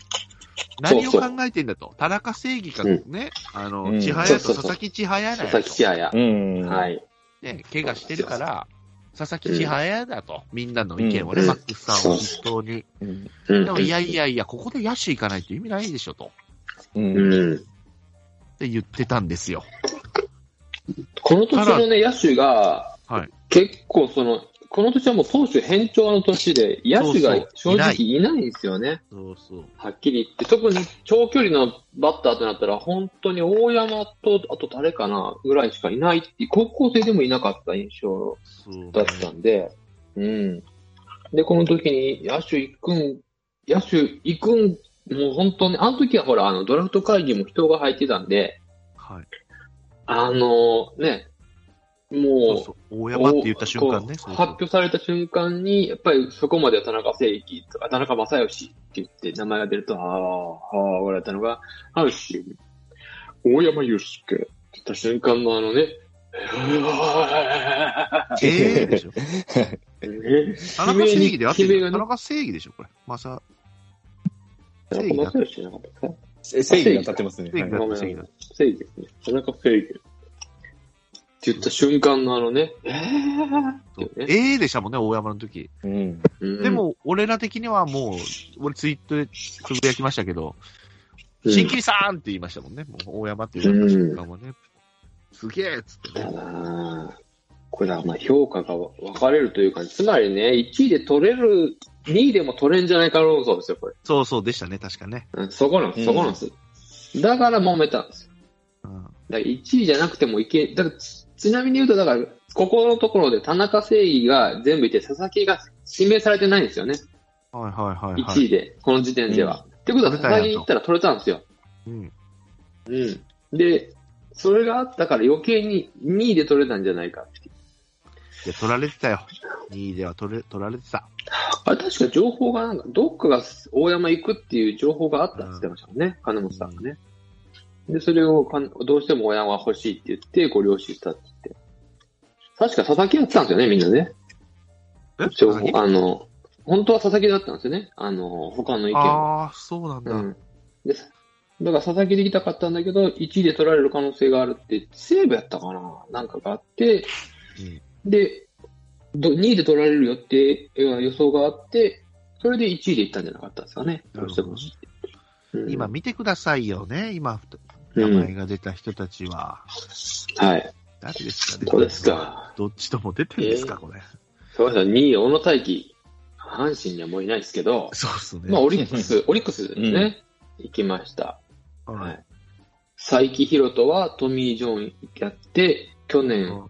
S1: 何を考えてんだと。田中正義かね、あ
S3: う
S1: の、
S3: ん
S1: 千早
S2: そ
S1: と
S2: うそうそう
S1: 佐々木千早だ
S2: 佐
S1: よ
S2: 々
S1: と
S2: 木。千也。
S3: うん。
S2: はい。
S1: ね、怪我してるから、佐々木千早だと。みんなの意見をね、
S2: うん
S1: マックスさんを筆頭に。
S3: うん。
S2: う
S1: でも、いやいやいや、ここで野手行かないと意味ないでしょと。
S2: う
S3: う。
S2: んん。
S1: って言ってたんですよ。
S2: この年のね、野手が、
S1: はい
S2: 結構その、この年はもう投手変調の年で、野手が
S1: そうそうい
S2: 正
S1: な
S2: 直
S1: い
S2: いないんですよね。
S1: そうそう。
S2: はっきり言って。特に長距離のバッターとなったら、本当に大山と、あと誰かな、ぐらいしかいないって、高校生でもいなかった印象
S1: そう
S2: だったんで、うん。で、この時に野手行くん、野手行くん、もう本当に、あの時はほら、あの、ドラフト会議も人が入ってたんで、
S1: はい。
S2: あのね、
S1: そう
S2: もう
S1: そ、う。大山って言った瞬間ね。
S2: こ
S1: そうう
S2: 発
S1: そう
S2: 表された瞬間に、やっぱりそこまでは田中正義とか、田中正義って言って名前が出ると、ああ、ああ、笑ったのが、あるし、大山祐介って言った瞬間のあのね、うわ
S1: ええでしょ。
S2: ーね
S1: 田中正義であってる
S2: 悲鳴が
S1: よ
S2: ね
S1: 田中正義でしょ、これ。まさ、
S2: 田中正義じゃなかったですか
S3: 正義が立ってますね。
S1: 正義だ
S3: は
S1: っ正義だ
S2: 正義ですね。田中正義。って言った瞬間のあのね、えーっていうね
S1: ええでしたもんね、大山の時。
S3: いうん。
S2: うん
S1: でも、俺ら的にはもう、俺ツイートでつぶやきましたけど、
S2: うん
S1: 新規さんって言いましたもんね、もう大山って言われた瞬間もね、すげえっつって
S2: だ
S1: ね。
S2: なぁこれだ、まあ評価が分かれるというか、つまりね、1位で取れる、2位でも取れんじゃないか論争ですよ、これ。
S1: そうそうでしたね、確かね。
S2: うん、そこなんです、
S3: うん
S2: そこなんです。だから揉めたんですよ。
S1: うん、
S2: だから1位じゃなくてもいけ、だからちちなみに言うと、だから、ここのところで田中正義が全部いて、佐々木が指名されてないんですよね。
S1: はいはいはい、は
S2: 1
S1: い。
S2: 位で、この時点では。ってことは、
S1: 取れ
S2: 佐
S1: たんや
S2: 々
S1: と
S2: 木に行ったら取れたんですよ。
S1: うん、
S2: うん。で、それがあったから余計に2位で取れたんじゃないかって
S1: いや、取られてたよ。2位では取れ取られてた。
S2: あれ確か情報がなんか、どっかが大山行くっていう情報があったって言ってましたもんね、金本さんがね。で、それをかんどうしても大山が欲しいって言って、ご了承したって言って。確か佐々木やってたんですよね、みんなね。
S1: え
S2: 情報、あの、本当は佐々木だったんですよね、あの、他の意見は。
S1: ああー、そうなんだ。
S2: うん。です。だから佐々木できたかったんだけど、1位で取られる可能性があるって、西武やったかななんかがあって、
S1: うん
S2: で、ど2位で取られるよってえー予想があって、それで1位でいったんじゃなかったですかね。
S1: なるほど
S2: どうしてもうん
S1: 今見てくださいよね、今、
S2: う
S1: 名前
S2: ん、
S1: が出た人たちは。
S2: はい。
S1: 誰ですかね。
S2: そうです。か。
S1: どっちとも出てるんですか、これ。
S2: そうですね。2位、小野大輝。阪神にはもういないですけど、
S1: そうっすね。
S2: まあ、オリックス、オリックスですね。行きました。
S1: は
S2: はいい。佐伯宏斗はトミー・ジョンやって、去年、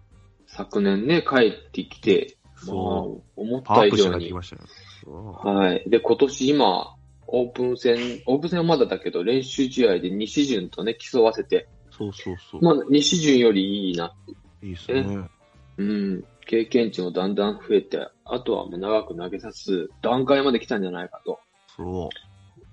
S2: 昨年ね、帰ってきて、まあ、
S1: そう。
S2: 思っ
S1: パワ
S2: た
S1: ーアッ
S2: 以
S1: プして
S2: 上
S1: 帰って
S2: に
S1: きましたよ。そう
S2: はい。で、今年今、オープン戦、オープン戦はまだだけど、練習試合で西潤とね、競わせて、
S1: そうそうそう。
S2: まあ、西潤よりいいな。
S1: いいっすね。
S2: うん。経験値もだんだん増えて、あとはもう長く投げさす段階まで来たんじゃないかと。
S1: そう。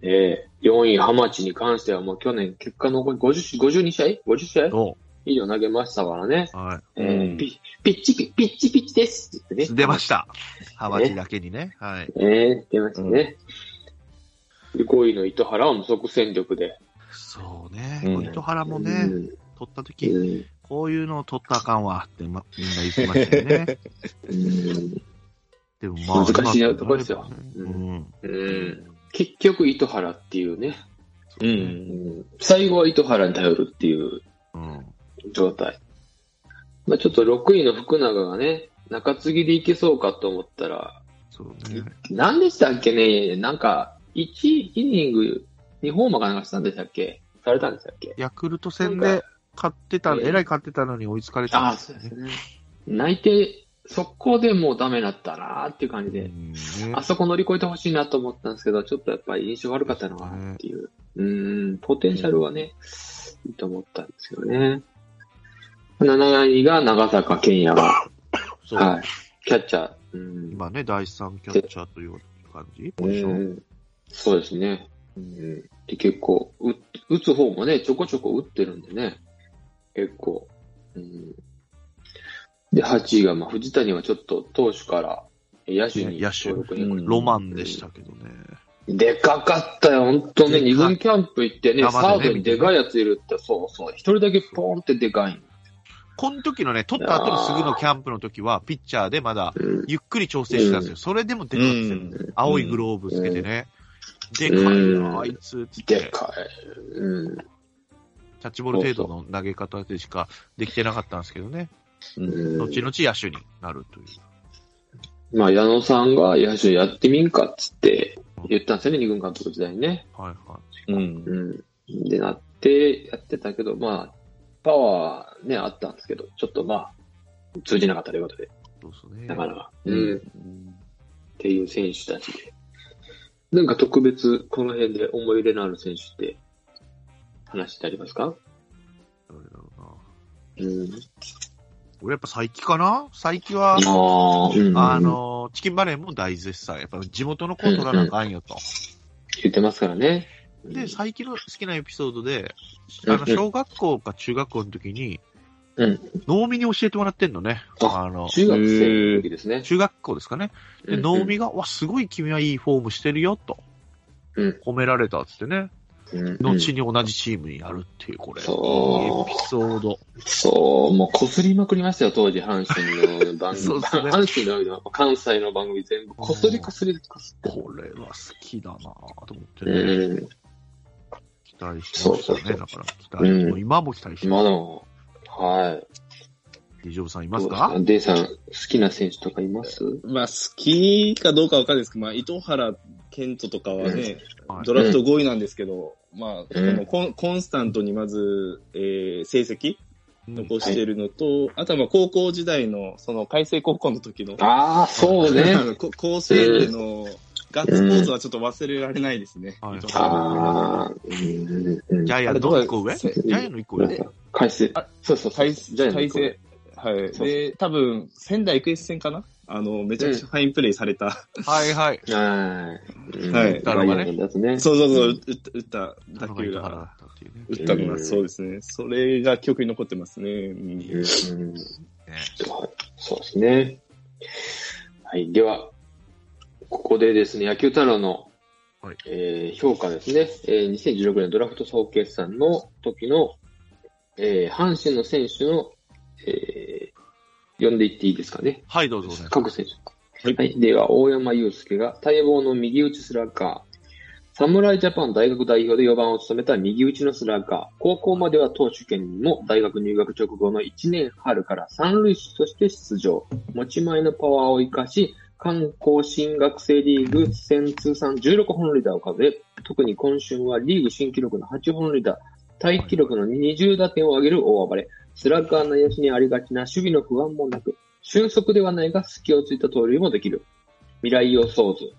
S2: ええ4位、ハマチに関してはもう去年結果残り50し、52試合 ?50 試合
S1: ど
S2: 以上投げましたからね。
S1: は
S3: うん
S2: えーピピッチピ、ピッチピッチですって言って
S1: い。
S2: ね。
S1: 出ました。ハマチだけにね。はい。
S2: ええ出ましたね。で5位の糸原は無即戦力で。
S1: そうね。
S3: うん
S1: 糸原も
S2: う
S1: ね、
S2: ん
S1: 取った時
S2: うん
S1: こういうのを取ったらあかんわって、ま、みんな言ってましたよね。
S2: うん
S1: でもまあ。
S2: 難しいなとこですよ
S1: う。
S2: うんうん結局糸原っていうね、
S3: う。
S2: うんん、最後は糸原に頼るっていう
S1: うん。
S2: 状態。まあ、ちょっと6位の福永がね、中継ぎでいけそうかと思ったら、
S1: そうね。
S2: 何でしたっけねなんか、1イニング、2ホーマーかなんかしたんでしたっけされたんでしたっけ
S1: ヤクルト戦で勝ってた、
S2: なんか
S1: えらい勝ってたのに追いつかれた
S2: あ
S1: ん
S2: あ、
S1: です
S2: そう
S1: よ
S2: です
S1: ね。
S2: ね。泣いて、速攻でもうダメだったなーっていう感じ
S1: う
S2: で、
S1: んね
S2: あそこ乗り越えてほしいなと思ったんですけど、ちょっとやっぱり印象悪かったのかなっていう。うん、ポテンシャルはね、いいと思ったんですよね。7位が長坂健也が、
S1: そう
S2: はい、キャッチャー。うん
S1: 今ね、第3キャッチャーという感じポジショ
S2: う
S1: ン。
S2: ん、そうですね。うん、で結構う、打つ方もね、ちょこちょこ打ってるんでね、結構。うん、で、8位が、まあ、藤谷はちょっと投手から野手に
S1: ね野手
S2: 登録に
S3: うん
S1: ロマンでしたけどね。
S2: でかかったよ、本当ね。
S1: で
S2: 二
S1: か
S2: 軍キャンプ行って
S1: 生
S2: ね、
S1: でね
S2: サードにでかいやついるって、そうそう。一人だけポーンってでかい。
S1: この時のね、取った後のすぐのキャンプの時は、ピッチャーでまだ
S2: うん
S1: ゆっくり調整してたんですよ。それでもでかいですよ。青いグローブつけてね。でかい
S2: うん
S1: な、あいつ、つっ
S2: で
S1: て。
S2: かい。うん。
S1: キャッチボール程度の投げ方でしかできてなかったんですけどね。
S2: うん
S1: 後々野手になるという。
S2: まあ、矢野さんが野手やってみんかっつって言ったんですよね、二軍監督時代にね。
S1: はいは
S3: うん。
S2: うん。で、なってやってたけど、まあ、パワーね、あったんですけど、ちょっとまあ、通じなかったということで、
S1: い。そうですね
S2: な。かなか。
S3: う
S2: うん。っていう選手たちで。なんか特別、この辺で思い入れのある選手って、話してありますか
S1: どれだろうな
S2: うん。
S1: 俺やっぱ佐伯かな佐伯は、
S2: ああ、うん。
S1: あ、の、チキンバレーも大絶賛。やっぱ地元の子を取らなあかんよと。
S2: 言ってますからね。
S1: で、佐伯の好きなエピソードで、
S2: う
S1: あ
S2: ん
S1: の、小学校か中学校の時に、
S2: うん
S1: 農民に教えてもらってんのね。
S2: あ
S1: あの、
S2: 中学生の時ですね。
S1: 中学校ですかね。で、
S2: うん
S1: 能見が、わ、すごい君はいいフォームしてるよ、と。
S2: うん
S1: 褒められたっつってね。
S2: うん
S1: 後に同じチームにやるっていう、これ。いいエピ
S2: そう
S1: ソード。
S2: そう、もうこすりまくりましたよ、当時、阪神の番
S1: そう
S2: 組。
S1: ですね
S2: 阪神の関西の番組全部、こすりこすりこすって。
S1: これは好きだなぁと思ってね。
S2: うん。
S1: 期待してました
S2: そうそうそ
S1: ね。
S2: う
S1: だから期待。
S2: うん
S1: もう今も期待してま
S2: 今
S1: す。
S2: の、はい。
S1: デジョブさんいます
S2: ど
S1: か
S2: うですデイさん、好きな選手とかいます
S3: まあ、好きかどうかわかんないですけど、まあ、糸原健人とかは
S1: は
S3: ね、
S1: い
S3: ドラフト5位なんですけど、まあ、こ
S2: うん
S3: のコンコンスタントにまず、えー成績
S1: うん
S3: 残してるのと、あとはまあ高校時代の、その、海星高校の時の、
S2: ああ、そう
S3: [LAUGHS]
S2: ね。
S3: こ高生でのガッツポーズはちょっと忘れられないですね。
S1: はい
S3: 糸原
S2: ああ、うん。うん
S1: ジャイアントの一個上ジ
S3: せ
S1: ャイアントの一個
S2: な
S1: 上
S2: んか、回数
S3: あ。
S2: そうそう、
S3: 海
S2: ジャイアントの
S3: 海
S2: 一個上
S3: 星、はい。
S2: そう
S3: で、多分、仙台育英戦かなあの、めちゃくちゃファインプレイされた。
S1: はいはい。
S2: はいうん。
S3: はい
S2: ジャイアントだとね。
S3: そうそうそうう、
S2: ん
S3: 打った打った打球
S1: だ
S3: が。
S1: からっていうね
S3: 打ったの
S2: う
S3: が、
S2: ん
S3: そうですね。それが記憶に残ってますね。うん
S2: うん
S1: ね
S2: はいそうですね。はい。では、ここでですね、野球太郎の、
S1: はい
S2: えー評価ですね、えー2016年ドラフト総決算の時の、えー阪神の選手の、えー呼んでいっていいですかね。
S1: はい、どうぞお願いします。
S2: 各選手。
S3: は
S2: はいい。では、大山祐介が待望の右打ちスラッガー。侍ジャパン大学代表で4番を務めた右打ちのスラッガー。高校までは投手権にも大学入学直後の1年春から三塁手として出場。持ち前のパワーを生かし、観光新学生リーグ戦通算16本塁打を数え、特に今春はリーグ新記録の8本塁打、タイ記録の20打点を上げる大暴れ。スラッガーの野手にありがちな守備の不安もなく、俊足ではないが、隙をついた盗塁もできる。未来予想図。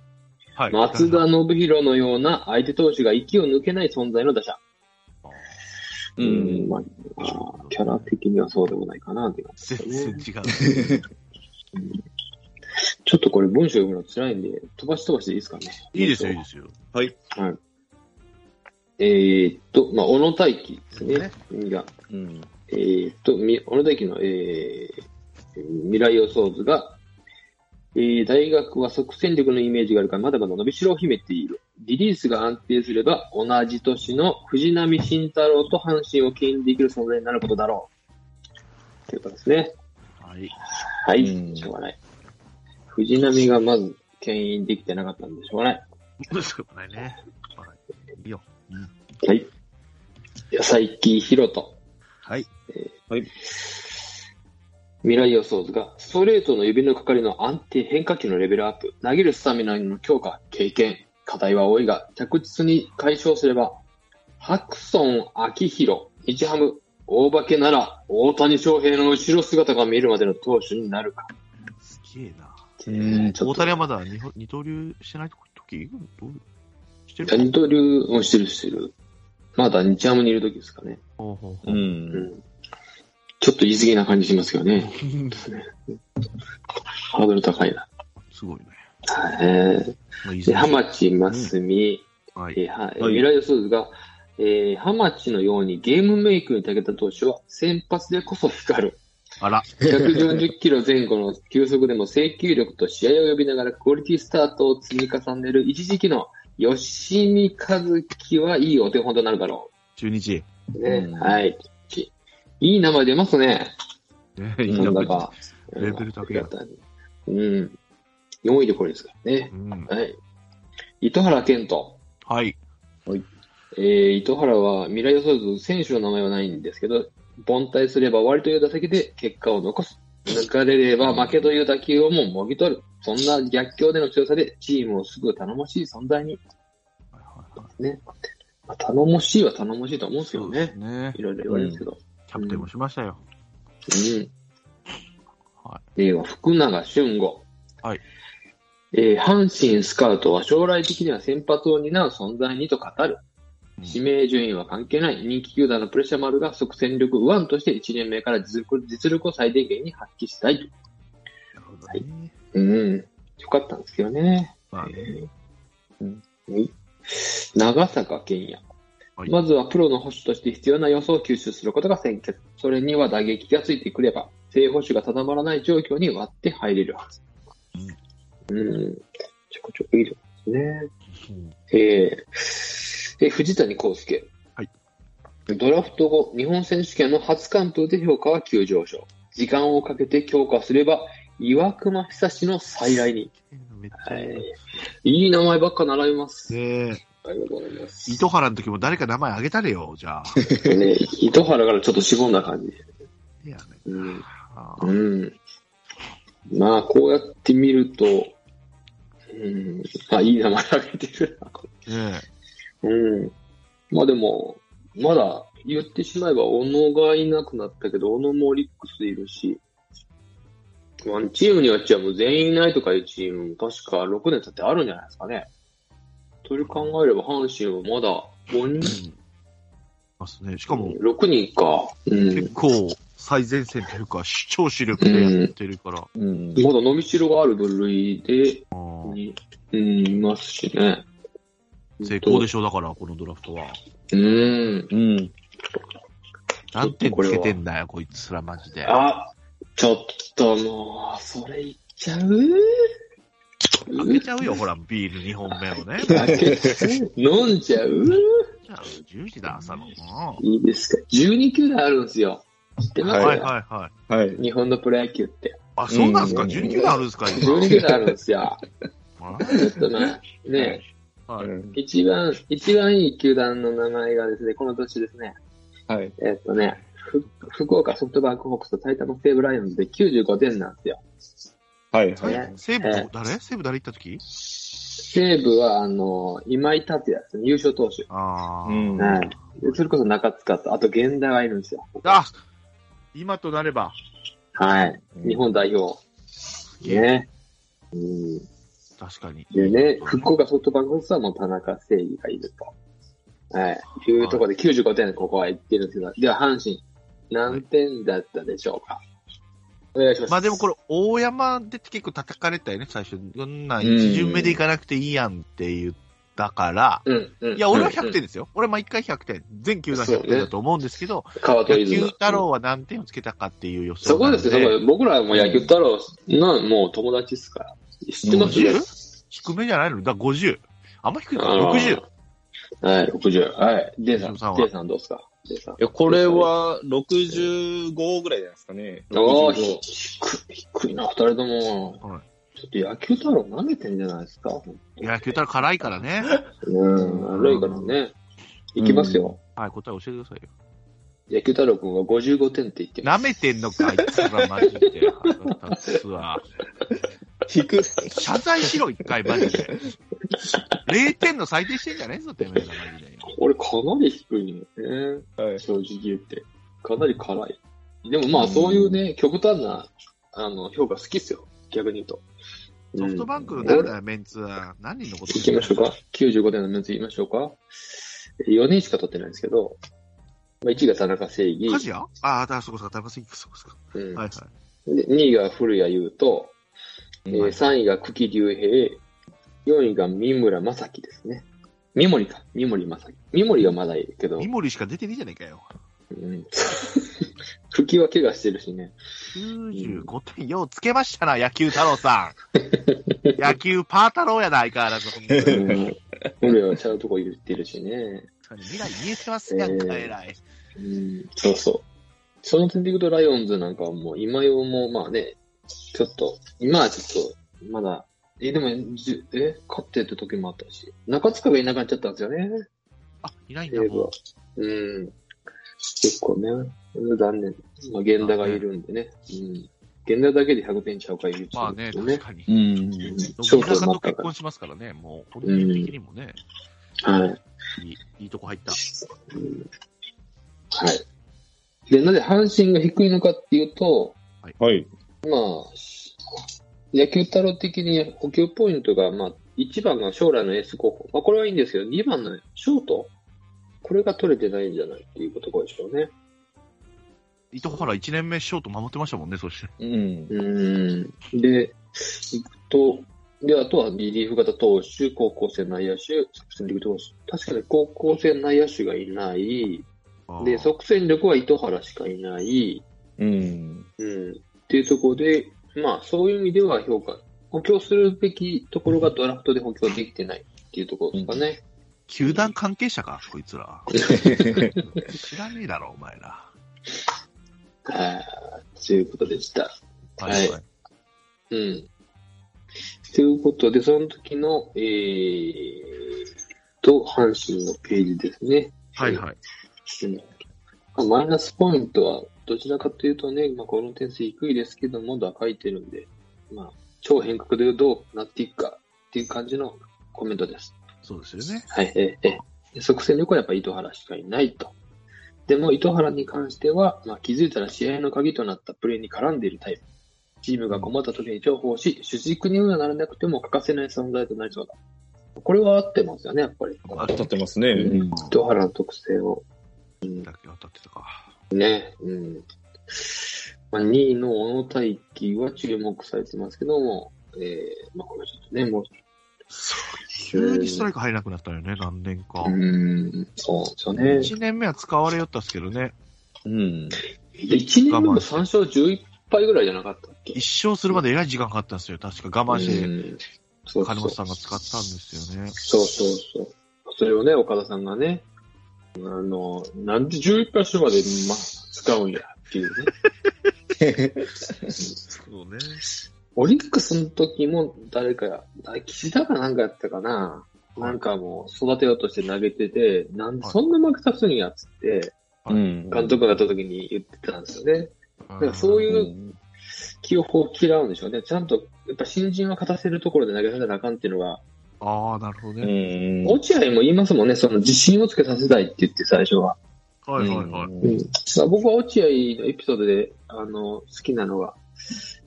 S1: はい。
S2: 松田信弘のような相手投手が息を抜けない存在の打者。
S3: うん。
S2: まあ、あーキャラ的にはそうでもないかなって。
S1: 全然違う。
S2: ちょっとこれ文章読むの辛いんで、飛ばし飛ばしでいいですかね。
S1: [LAUGHS] いいですよ、いいですよ。
S2: えーっと、まあ、小野大輝ですね。
S1: ね
S2: が、
S3: うん。
S2: えーっと、み、小野崎の、えー、未来予想図が、えー、大学は即戦力のイメージがあるから、まだまだ伸びしろを秘めている。リリースが安定すれば、同じ年の藤波慎太郎と阪神を牽引できる存在になることだろう。ということですね。
S1: はい。
S2: は
S3: う
S2: い、
S3: ん
S2: しょうがない。藤波がまず牽引できてなかったんでしょうがない。
S1: しょうがないね。まあいいよ。
S2: はい。野菜木ひろと。
S1: はい。
S2: 未来予想図が、ストレートの指のかかりの安定変化球のレベルアップ、投げるスタミナの強化、経験、課題は多いが、着実に解消すれば、ハクソン、秋広、日ハム、大化けなら、大谷翔平の後ろ姿が見えるまでの投手になるか。
S1: すげえな。
S3: うん
S2: ちょ
S1: 大
S2: っと、
S1: 谷はまだ二二刀流してない時どうしてる
S2: 二刀流をしてるしてる。まだ日ハムにいる時ですかね。
S1: ほうほうほう。
S3: う。
S2: うんん。ちょっと言い過ぎな感じしますけどね。ハードル高いな。
S1: すごいね。
S2: えー
S1: まあ、いい
S2: で、
S1: ですね
S2: 浜地ますみ、
S1: はい。
S2: えーはえー
S3: はい
S2: 未来予想図が、えー、ハマチのようにゲームメイクに長けた投手は先発でこそ
S1: [LAUGHS]
S2: 光る。
S1: あら、
S2: 140キロ前後の球速でも制球力と試合を呼びながらクオリティスタートを積み重ねる一時期の吉見和樹はいいお手本となるだろ
S1: 中日。
S2: う。ね
S3: うん
S2: はい。いい名前出ますね。
S1: ね、いいな
S2: な
S1: んん
S2: だ
S1: か
S2: か。
S1: レベル高い
S2: うんありがたいうん。4位でこれですからね
S1: う。ん。
S2: はい。糸原健人。
S1: はい。
S2: えー、糸原は未来予想図、選手の名前はないんですけど、凡退すれば終わりという打席で結果を残す。抜かれれば負けという打球をもうもぎ取る。そんな逆境での強さでチームを救う頼もしい存在に。
S1: はいはいはい
S2: ね。まあ、頼もしいは頼もしいと思うんですけど
S1: そうです
S2: ね。
S1: ね。
S2: いろいろ言われるんですけど。
S1: キャプテンもしましたよ。
S2: うん。
S1: は
S2: では、福永俊吾。
S1: はい。
S2: えー阪神スカウトは将来的には先発を担う存在にと語
S1: う
S2: る。
S1: ん
S2: 指名順位は関係ない。人気球団のプレッシャーもあるが、即戦力右腕として1年目から実力実力を最低限に発揮したい
S1: なるほどね。
S2: と。うん。よかったんですけどね。
S1: まあね、
S2: はい長坂健也。
S1: はい
S2: まずはプロの捕手として必要な予想を吸収することが先決。それには打撃がついてくれば、正捕手が定まらない状況に割って入れるはず。うん。ちょこちょこいいですね。えー、え藤谷康介。
S1: はい。
S2: ドラフト後、日本選手権の初完封で評価は急上昇。時間をかけて強化すれば、岩隈久志の再来に。
S1: めっちゃいい
S2: はいいい名前ばっか並びます。
S1: ねえ
S2: ありがとうございます。
S1: 糸原の時も誰か名前あげたれよ、じゃあ。
S2: ね、糸原からちょっと絞んだ感じ。
S1: いやね
S2: うん。
S1: あー
S2: うん。まあ、こうやって見ると、うん。あ、いい名前挙げてるな。
S1: ね
S2: うん。まあでも、まだ言ってしまえば、小野がいなくなったけど、小野もオリックスいるし、まあ、チームによっちゃもう全員いないとかいうチームも確か6年経ってあるんじゃないですかね。それ考えれば阪神はまだ5
S1: えう
S2: 人、
S1: んますね。しかも、
S2: 6人か。うん
S1: 結。構最前線というか、主張主力でやってるから、
S3: うん。
S2: まだ伸びしろがある部類で、
S1: あー
S2: うん、いますしね。
S1: 成功でしょ、だから、このドラフトは。
S2: うん。
S3: うん。
S1: 何点つけてんだよ、こいつらマジで。
S2: あ、ちょっともう、それ言っちゃう
S1: 開けちゃうよ、ほら、ビール2本目をね。
S2: 開け飲んじゃう
S1: じゃあ、10時だ、朝の。はい
S2: いですか。12球団あるんですよ。知ってます、
S1: いはいはい。
S3: はい。
S2: 日本のプロ野球って。
S1: あ、そうなんですか
S3: うん
S1: ?12 球団あるんですか今。
S2: 12球団あるんですよ。
S1: あ
S2: ちょっとまあ、ね、
S1: らはい。
S2: 一番、一番いい球団の名前がですね、この年ですね。
S3: はい。
S2: えっとね、ふ福岡ソフトバンクホークスと埼玉西武ライオンズで95点なんですよ。
S3: はい。
S1: さ
S3: はいい。
S1: 西
S2: ええ
S1: 武、誰西武誰行った時
S2: 西武は、あの、今井達也ですね、優勝投手。
S1: ああ。
S3: うん
S2: はい。でそれこそ中塚と、あと源田がいるんですよ。
S1: あ今となれば、
S2: はい。日本代表。
S1: げえ
S2: ね。うん。
S1: 確かに。
S2: でね、復興がソフトバンクホークスはもう田中正義がいると。はい。いうところで95点ここは言ってるんですけど、では阪神、何点だったでしょうか。お願いします。
S1: まあでもこれ、大山で結構叩かれたよね、最初。こんなん一巡目で行かなくていいやんって言っだから、
S2: うん、うん。
S1: いや、俺は
S2: うんう
S1: 100
S2: ん
S1: 点ですよ。俺毎回100点。全球団100点だと思うんですけど、
S2: 川戸
S1: 野
S2: イズム
S1: 球太郎は何点をつけたかっていう予想
S2: そこ
S1: なの
S2: ですよ、そこ僕らはもう野球太郎、な、もう友達ですから。知ってますよ。
S1: 低めじゃないのだ、50。あんま低いか
S2: あのー
S1: ?60。。
S2: はい、60。はい。デイさん、
S1: 60さんは
S2: デイさんどうですかデイさん。
S3: や、これは65ぐらいじゃないですかね。
S2: おー、
S3: 65
S2: ひ低い、低いな、二人とも。
S1: は
S2: ちょっと野球太郎舐めてんじゃないですか。
S1: 野球太郎辛いからね。
S2: うん、悪いからね。いきますよ。
S1: はい、答え教えてくださいよ。
S2: 野球太郎くんは55点って言ってま
S1: 舐
S2: す。
S1: めてんのか、あいつらマジで。腹立つわ
S3: 低い。
S1: 謝罪しろ、一回、マジで。0点の最低してんじゃねえぞ、てめえら、マジで。
S2: これかなり低いね。
S3: はい。
S2: 正直言って。かなり辛い。でもまあ、そういうね、極端な、あの、評価好きっすよ。逆に言うと。
S1: ソフトバンクの
S2: 誰
S1: 誰だよ、メンツは。何人残って
S2: 行きましょうか。95点のメンツ言いましょうか。4人しか取ってないんですけど、まあ、1が田中正義、
S1: カジヤああ、だ、そこそこ、だいぶ次、そこそこ。
S2: うん
S1: はいはい。
S2: で2位が古谷優斗、えー
S1: はい
S2: 3位が久喜竜平、4位が三村正樹ですね。三森か。三森正樹。三森はまだいいけど
S1: 三、森しか出てねえじゃねえかよ。
S2: うん、 [LAUGHS] 久喜は怪我してるしね。
S1: 95点、ようつけましたな、野球太郎さん。野球パー太郎やな、相変わらず。本当
S2: う
S1: に
S2: [LAUGHS] ん、古谷はちゃうとこ言ってるしね。
S1: 未来見えてますやんか、偉い。
S2: うん、そうそう。その点でいくと、ライオンズなんかはもう、今用も、まあね、ちょっと、今はちょっと、まだ、え、でも、じゅえ、勝ってって時もあったし、中塚がいなくなっちゃったんですよね、
S1: あ、いないん
S2: 西
S1: だ、
S2: 武
S1: も
S2: は。うん。結構ね、残念。まあ、源田がいるんでね。うん。源田だけで100点ちゃうか言う
S1: う。まあね、確かに。
S3: うん。
S2: ショ
S1: 乃
S2: ー
S1: 木
S2: ト
S1: 坂
S2: になっ
S1: と
S2: た
S1: 結
S2: か
S1: 婚しますからね、もう、本人的にもね、
S2: ら。はい。
S1: いい、いいとこ入った。
S2: うんはい。で、なぜ阪神が低いのかっていうと、
S3: はい。
S2: まあ、野球太郎的に補給ポイントが、まあ、1番が将来のエース候補。まあ、これはいいんですけど、2番のショート。これが取れてないんじゃないっていうことでしょうね。
S1: 伊藤原1年目ショート守ってましたもんね、そして。
S3: うん。
S2: うーん。で、と、で、あとはリリーフ型投手、高校生内野手、即戦力投手。確かに高校生内野手がいない。で、
S1: そ
S2: 即戦力は糸原しかいない。
S3: うん。
S2: うんっていうところで、まあそういう意味では評価、補強するべきところがドラフトで補強できてないっていうところですかね。
S1: 球団関係者か、こいつら。知らねえだろ、お前ら。
S2: はい、ということでした。はい
S1: はい。
S2: うん。ということで、その時の、えー、と、阪神のページですね。
S1: はいはい。
S2: うんまあマイナスポイントは、どちらかというとね、まあ、この点数低いですけども、とは書いてるんで、まあ、超変革でどうなっていくかっていう感じのコメントです。
S1: そうですよね。
S2: はい、ええ、ええ。即戦力はやっぱ糸原しかいないと。でも、糸原に関しては、まあ、気づいたら試合の鍵となったプレーに絡んでいるタイプ。チームが困った時に重宝し、主軸にはならなくても欠かせない存在となりそうだ。これは合ってますよね、やっぱり。
S1: 当
S3: 当たってますね。
S2: うん
S1: ど
S2: 糸原の特性を。
S1: んだけ当たってたか。
S2: ね、うん。まあ、2位の小野大輝は注目されてますけども、えー、まあ、これはちょっとね、もう、
S1: 急にストライク入らなくなったよね、何年か
S2: う。ん、そうなんです
S1: 1
S2: よね。
S1: 年目は使われよったっすけどね、
S3: うん。
S2: 1年目も3勝11敗ぐらいじゃなかったっけ
S1: 一生するまでえらい時間かかったんですよ。確か我慢
S2: う
S1: して、
S2: んそうそう
S1: 金本さんが使ったんですよね。
S2: そうそうそう。それをね、岡田さんがね、あの、なんで11発勝まで、ま、使うんやっていうね。
S1: そうね。
S2: オリックスの時も誰か、あ岸田かなんかやったかな。なんかもう育てようとして投げてて、なんでそんな負けたすんやっつって、
S3: うん。
S2: 監督になった時に言ってたんですよね。だからそう
S1: う
S2: い
S1: ん。
S2: う起用法を嫌うんでしょうね。ちゃんと、やっぱ新人は勝たせるところで投げさせなあかんっていうのは、
S1: ああ、なるほど
S3: う
S1: ね。
S3: ん。
S2: 落合も言いますもんね、その自信をつけさせたいって言って最初は。
S1: はいはいはい。
S2: うんまあ、僕は落合のエピソードであの好きなのが、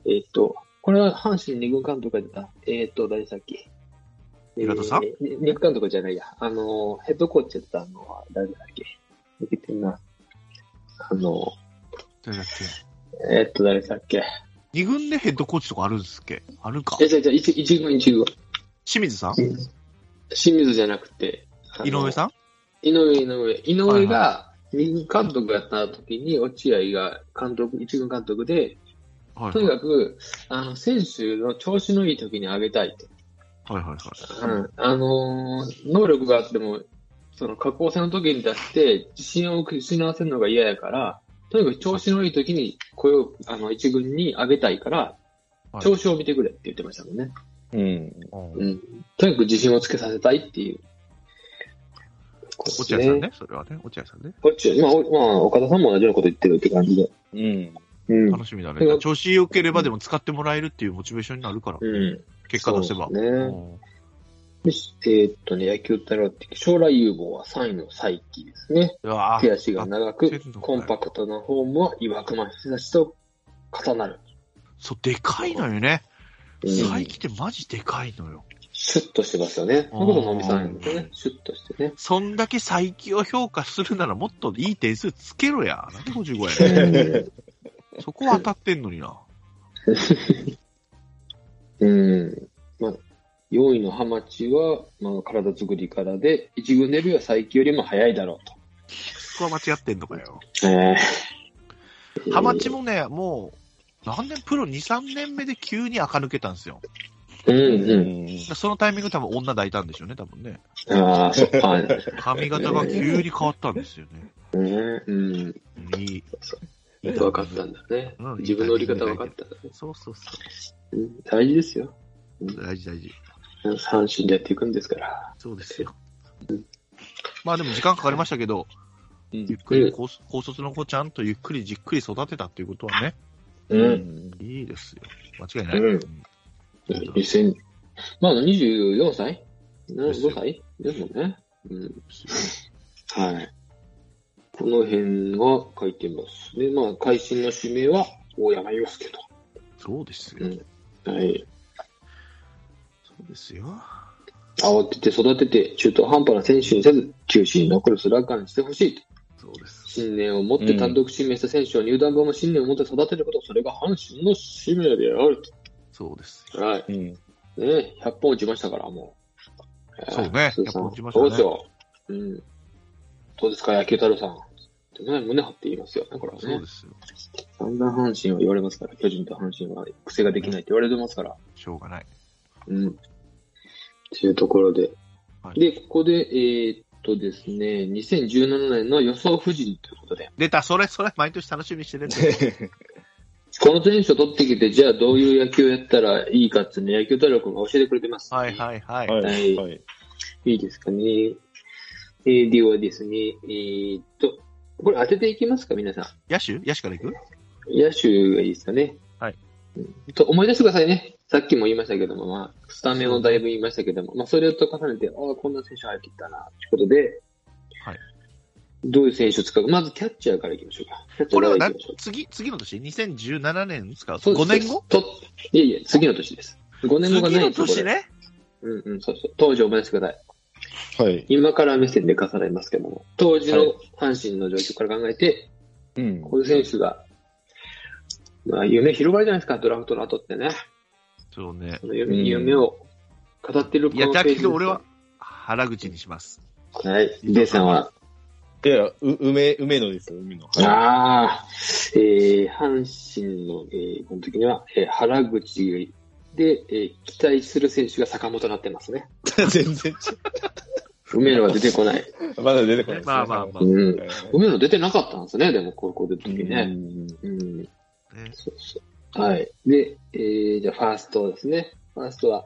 S2: えーっと、これは阪神二軍監督が出た、えーっと、誰でしたっけ
S1: 平田さん
S2: えーに二軍監督じゃないや、あの、ヘッドコーチやってたのは誰でしたっけ抜けてんな。あの、
S1: 誰だっけ
S2: えーっと、誰でしたっけ
S1: 二軍でヘッドコーチとかあるんですっけあるか
S2: え、。じゃじゃ一一軍、一軍。
S1: 清水さん
S2: うん清水じゃなくて、あの
S1: 井上さん
S2: 井上、井上。井上
S1: はい
S2: が、二軍監督やった時に、落合が監督、一軍監督で、
S1: はい
S2: とにかく、あの、選手の調子のいい時に上げたいと。
S1: はいはいはい。
S2: うん。あのー能力があっても、その、下降戦の時に出して、自信を失わせるのが嫌やから、とにかく調子のいい時に、これを、あの、一軍に上げたいから
S1: は、い
S2: 調子を見てくれって言ってましたもんね。
S3: うん。
S1: うん
S2: うん。とにかく自信をつけさせたいっていう。
S1: 落合さんね、それはね、落合さんね。
S2: こっち、まあ、おまあ、岡田さんも同じようなこと言ってるって感じで。
S3: うん。
S2: うん。
S1: 楽しみだね。調子良ければでも使ってもらえるっていうモチベーションになるから、
S2: うん。
S1: 結果出せば。
S2: そうですね。
S1: うん
S2: でえーっとね、野球太郎って、将来有望は3位の再起ですね。
S1: うわ
S2: 手足が長く、コンパ
S1: ク
S2: クトなフォームは岩隈日差しと重なる。
S1: そう、でかいのよね。
S2: うん
S1: 最近ってマジでかいのよ。
S2: シュッとしてますよね。
S1: うん
S2: そのこと能見さんですよね。シュッとして
S1: [LAUGHS]
S2: ね。
S1: そんだけ最近を評価するならもっといい点数つけろや。なんで55やねん。
S2: うん
S1: そこは当たってんのにな。
S2: うん。まあ、4位のハマチは、まあ、体作りからで、一軍出るよりは最近よりも早いだろう
S1: そこは間違ってんのかよ。
S2: と。ええ
S1: ハマチもね、もう、何年、プロ2、3年目で急に垢抜けたんですよ。
S2: うん
S3: う。
S2: うん
S1: そのタイミング多分女抱いたんでしょうね、多分ね。
S2: ん。あ
S1: [LAUGHS]
S2: あ、そっか。
S1: 髪型が急に変わったんですよね。
S2: ねうん。
S1: いい。いい
S2: 分かったんだね
S1: うん。
S2: 自分の売り方分かったんだね。
S1: そうそうそ
S2: うん大事ですよ。
S1: う。大事大事。
S2: 三振でやっていくんですから。
S1: そうですよ。まあでも時間かかりましたけど、
S3: うん
S1: ゆっくり高卒高卒の子ちゃんとゆっくりじっくり育てたっていうことはね、
S2: う。
S3: うんん。
S1: いいですよ。間違いない。
S2: うん
S1: うん
S2: 2000、まあ24歳 ?5 歳ですもんね。うん。はい。この辺が書いてます。で、まあ、会心の指名は大山祐介
S1: そうですよ。
S2: と。はい。
S1: そうですよ。
S2: 慌てて育てて、中途半端な選手にせず、中心に残るスラッガーにしてほしいと。
S1: そうです。
S2: 信念を持って単独指名した選手を入団後も信念を持って育てること、それが阪神の使命である
S1: そうですよ。
S2: と。はい。
S3: うん。
S2: ね、100本打ちましたから、もう。
S1: そうね
S2: 鈴木さ
S1: 100
S2: ん
S1: 本打ちましたね
S2: そうですよ。うん。どうですか、野球太郎さん。ってね、胸張って言いますよね、これは
S1: そう
S2: ね
S1: で。すよ。
S2: だんだん阪神は言われますから、巨人と阪神は癖ができないって言われてますから。
S1: しょうがない。
S2: うん。というところで。
S1: はい
S2: で、ここで、えーっとですね、2017年の予想布陣ということで、
S1: 出た、それ、それ、毎年楽しみにしてるやつ。
S2: この選手を取ってきて、じゃあどういう野球をやったらいいかっていうのを野球太郎君が教えてくれてます。
S1: はいはいは。
S3: はいい。はい。
S2: いいですかね。えー、ではですね、えーっと、これ当てていきますか、皆さん。
S1: 野手野手からいく
S2: 野手がいいですかね。
S1: はい
S2: うん。と思い出してくださいね。さっきも言いましたけども、まあ、スタメンをだいぶ言いましたけども、まあ、それと重ねて、ああ、こんな選手入ってきたな、ということで、
S1: はい。
S2: どういう選手を使うか。まず、キャッチャーからいきましょうか。キャッ
S1: こ
S2: チャー
S1: れ
S2: か
S1: は
S2: らい
S1: 何
S2: きましょう。
S1: 次、次の年 ?2017 年ですか
S2: そう
S1: ?5
S2: で
S1: 年
S2: す
S1: 後
S2: と、いえいえ、次の年です。5年後が
S1: 次
S2: ない
S1: の
S2: んですよ
S1: 年。ね。
S2: これうんうん、そうそう。当時を思い出してください。
S3: はい。
S2: 今から目線で重ねますけども、当時の阪神の状況から考えて、
S3: うん。
S2: こういう選手が、まあ、夢広がるじゃないですか、ドラフトの後ってね。
S1: そうね
S2: そ。の夢,、
S3: うん
S2: 夢を語ってる
S1: いや、だけど俺
S2: は
S1: は原口にします。
S2: はい、デイさんは。
S3: いや、う、梅、梅のですよ、梅の。は
S2: ああ、えー、阪神の、えー、この時には、えー、原口で、えー、期待する選手が坂本になってますね。
S3: い。 [LAUGHS] 全然違
S2: 梅野は出てこない。
S3: う。まだ出てこないですね。
S1: まあまあまあ
S2: うん。梅野出てなかったんですね、でも高校出た
S3: う
S2: 時ね。
S3: ん。
S2: うん
S1: ね
S2: そうそう。はい。で、えー、じゃあ、ファーストですね。ファーストは、